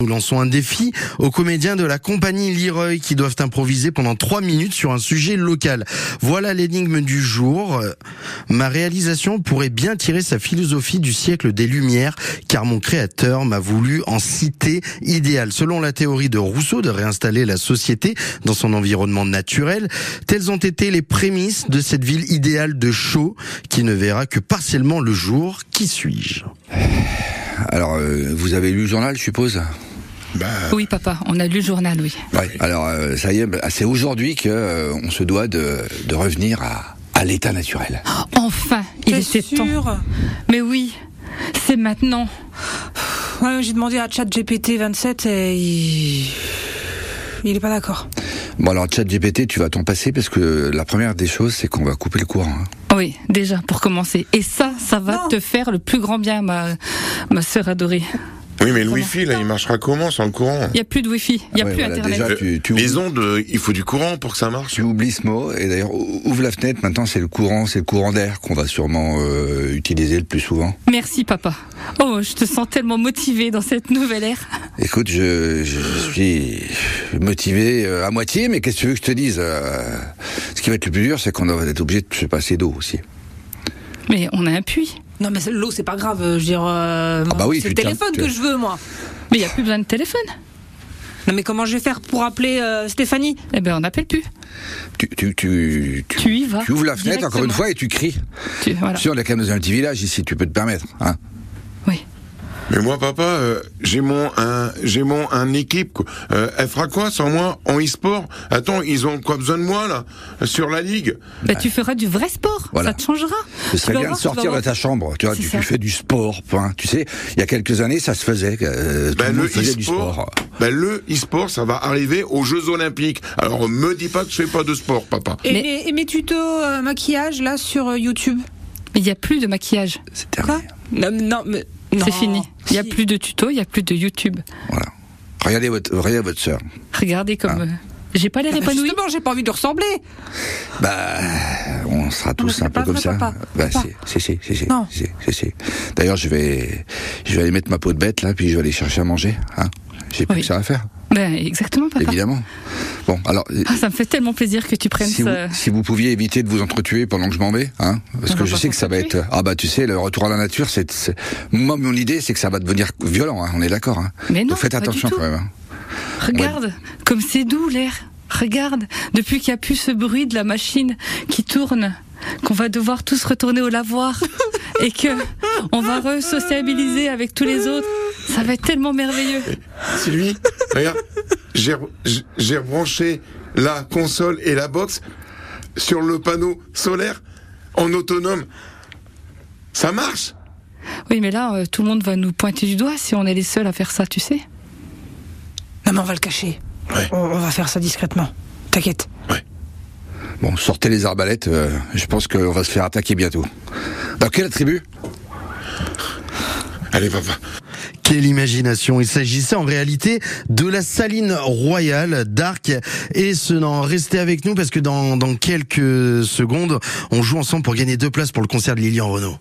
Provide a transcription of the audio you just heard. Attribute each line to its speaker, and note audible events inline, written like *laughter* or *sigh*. Speaker 1: Nous lançons un défi aux comédiens de la compagnie Lireuil qui doivent improviser pendant trois minutes sur un sujet local. Voilà l'énigme du jour. Euh, Ma réalisation pourrait bien tirer sa philosophie du siècle des Lumières car mon créateur m'a voulu en citer idéal. Selon la théorie de Rousseau de réinstaller la société dans son environnement naturel, telles ont été les prémices de cette ville idéale de Chaux qui ne verra que partiellement le jour. Qui suis-je
Speaker 2: Alors, euh, vous avez lu le journal, je suppose
Speaker 3: Oui, papa, on a lu le journal, oui.
Speaker 2: Ouais. Alors, euh, ça y est, bah, c'est aujourd'hui que euh, on se doit de, de revenir à, à l'état naturel.
Speaker 3: Enfin, il
Speaker 4: T'es
Speaker 3: était temps.
Speaker 4: sûr
Speaker 3: Mais oui, c'est maintenant.
Speaker 4: Ouais, J'ai demandé à ChatGPT 27 et il... Il est pas d'accord.
Speaker 2: Bon, alors, ChatGPT, tu vas t'en passer parce que la première des choses, c'est qu'on va couper le courant. hein.
Speaker 3: Oui, déjà, pour commencer. Et ça, ça va
Speaker 4: Non.
Speaker 3: te faire le plus grand bien, ma, ma sœur adorée.
Speaker 5: Oui, mais le Wi-Fi, là, il marchera comment sans le courant
Speaker 3: Il n'y a plus de Wi-Fi, il n'y a
Speaker 2: Ouais,
Speaker 3: plus
Speaker 2: voilà,
Speaker 3: Internet.
Speaker 5: Ah,
Speaker 2: Déjà, tu, tu,
Speaker 5: Les
Speaker 2: oublies,
Speaker 5: ondes, euh, il faut du courant pour que ça marche.
Speaker 2: tu oublies ce mot. Et d'ailleurs, ou- ouvre la fenêtre. Maintenant, c'est le courant, c'est le courant d'air qu'on va sûrement euh, utiliser le plus souvent.
Speaker 3: Merci, papa. Oh, je te sens tellement motivée dans cette nouvelle ère.
Speaker 2: Écoute, je, je suis motivé euh, à moitié, mais qu'est-ce que tu veux que je te dise euh, Ce qui va être le plus dur, c'est qu'on va être obligé de se passer d'eau aussi.
Speaker 3: Mais on a un puits.
Speaker 4: Non mais c'est- l'eau c'est pas grave, euh, je veux dire... euh, moi,
Speaker 2: bah oui,
Speaker 4: c'est
Speaker 2: tu
Speaker 4: le
Speaker 2: tiens-
Speaker 4: téléphone
Speaker 2: tu-
Speaker 4: que je veux moi.
Speaker 3: Mais il n'y a plus besoin de téléphone.
Speaker 4: Non mais comment je vais faire pour appeler euh, Stéphanie
Speaker 3: Eh ben, on n'appelle plus.
Speaker 2: Tu, tu, tu, tu,
Speaker 3: Tu y vas.
Speaker 2: tu ouvres la fenêtre encore une
Speaker 3: directement.
Speaker 2: fois et tu cries.
Speaker 3: Tu- voilà.
Speaker 2: Si on est quand même dans un petit village ici, tu peux te permettre. Hein.
Speaker 3: Oui.
Speaker 5: Mais moi, papa, euh, j'ai mon un, j'ai mon un équipe. Quoi. Euh, elle fera quoi sans moi en e-sport Attends, ils ont quoi besoin de moi là sur la ligue
Speaker 3: Bah, tu feras du vrai sport.
Speaker 2: Voilà.
Speaker 3: Ça te changera.
Speaker 2: Ce
Speaker 3: Tu
Speaker 2: serait
Speaker 3: vas
Speaker 2: bien de
Speaker 3: voir, tu vas
Speaker 2: sortir de
Speaker 3: voir.
Speaker 2: ta chambre. Tu vois,
Speaker 3: C'est
Speaker 2: tu, tu
Speaker 3: ça.
Speaker 2: fais du sport, point. Tu sais, il y a quelques années, ça se faisait. euh, tout
Speaker 5: Ben,
Speaker 2: le monde
Speaker 5: le
Speaker 2: faisait du
Speaker 5: e-sport,
Speaker 2: sport.
Speaker 5: ben, le e-sport, ça va arriver aux Jeux Olympiques. Alors, me dis pas que je fais pas de sport, papa.
Speaker 4: et,
Speaker 3: Mais-
Speaker 4: mes, et mes tutos euh, maquillage là sur euh, YouTube
Speaker 3: Mais il n'y a plus de maquillage.
Speaker 2: C'est terminé.
Speaker 4: Non, non mais... non.
Speaker 3: C'est fini. Il n'y a
Speaker 4: Si.
Speaker 3: plus de tuto, il n'y a plus de YouTube.
Speaker 2: Voilà. Regardez votre, regardez votre sœur.
Speaker 3: Regardez
Speaker 2: Ah.
Speaker 3: comme. euh, J'ai pas l'air
Speaker 4: Bah,
Speaker 3: épanouie.
Speaker 4: Justement, j'ai pas envie de ressembler.
Speaker 2: Bah, on sera
Speaker 4: mais
Speaker 2: tous
Speaker 4: c'est
Speaker 2: un peu
Speaker 4: pas
Speaker 2: comme
Speaker 4: vrai,
Speaker 2: ça.
Speaker 4: papa.
Speaker 2: Bah,
Speaker 4: Papa.
Speaker 2: si, si, si, si, si,
Speaker 4: Non.
Speaker 2: si, si, si. D'ailleurs, je vais, je vais aller mettre ma peau de bête là, puis je vais aller chercher à manger. Hein. J'ai plus
Speaker 3: Oui.
Speaker 2: que ça à faire,
Speaker 3: Ben, exactement, papa.
Speaker 4: *laughs*
Speaker 2: évidemment. Bon, alors,
Speaker 3: Ah, ça me fait tellement plaisir que tu prennes
Speaker 2: si vous,
Speaker 3: ça.
Speaker 2: si vous pouviez éviter de vous entretuer pendant que je m'en vais, hein, parce
Speaker 4: On
Speaker 2: que
Speaker 4: va
Speaker 2: je
Speaker 4: pas
Speaker 2: sais que ça va être. Ah bah, tu sais, le retour à la nature, c'est. c'est- Moi, mon idée, c'est que ça va devenir violent. Hein, on est d'accord. Hein.
Speaker 3: Mais non,
Speaker 2: Donc faites
Speaker 3: pas du
Speaker 2: attention
Speaker 3: tout.
Speaker 2: quand même. hein.
Speaker 3: Regarde, comme c'est doux l'air. Regarde, depuis qu'il n'y a plus ce bruit de la machine qui tourne, qu'on va devoir tous retourner
Speaker 2: *laughs*
Speaker 3: au lavoir et que on va re-sociabiliser avec tous les autres, ça va être tellement merveilleux.
Speaker 5: C'est lui. Regarde, j'ai re- j'ai- j'ai rebranché la console et la box sur le panneau solaire en autonome. Ça marche
Speaker 3: Oui, mais là, euh, tout le monde va nous pointer du doigt si on est les seuls à faire ça, tu sais.
Speaker 4: Non mais on va le cacher.
Speaker 5: Ouais.
Speaker 4: On, on va faire ça discrètement. T'inquiète.
Speaker 2: Bon, sortez les arbalètes. euh, je pense qu'on va se faire attaquer bientôt. Dans quelle tribu
Speaker 5: Allez, papa.
Speaker 1: Quelle imagination Il s'agissait en réalité de la Saline Royale d'Arc. Et ce n'en restez avec nous parce que dans, dans quelques secondes, on joue ensemble pour gagner deux places pour le concert de Lilian Renault.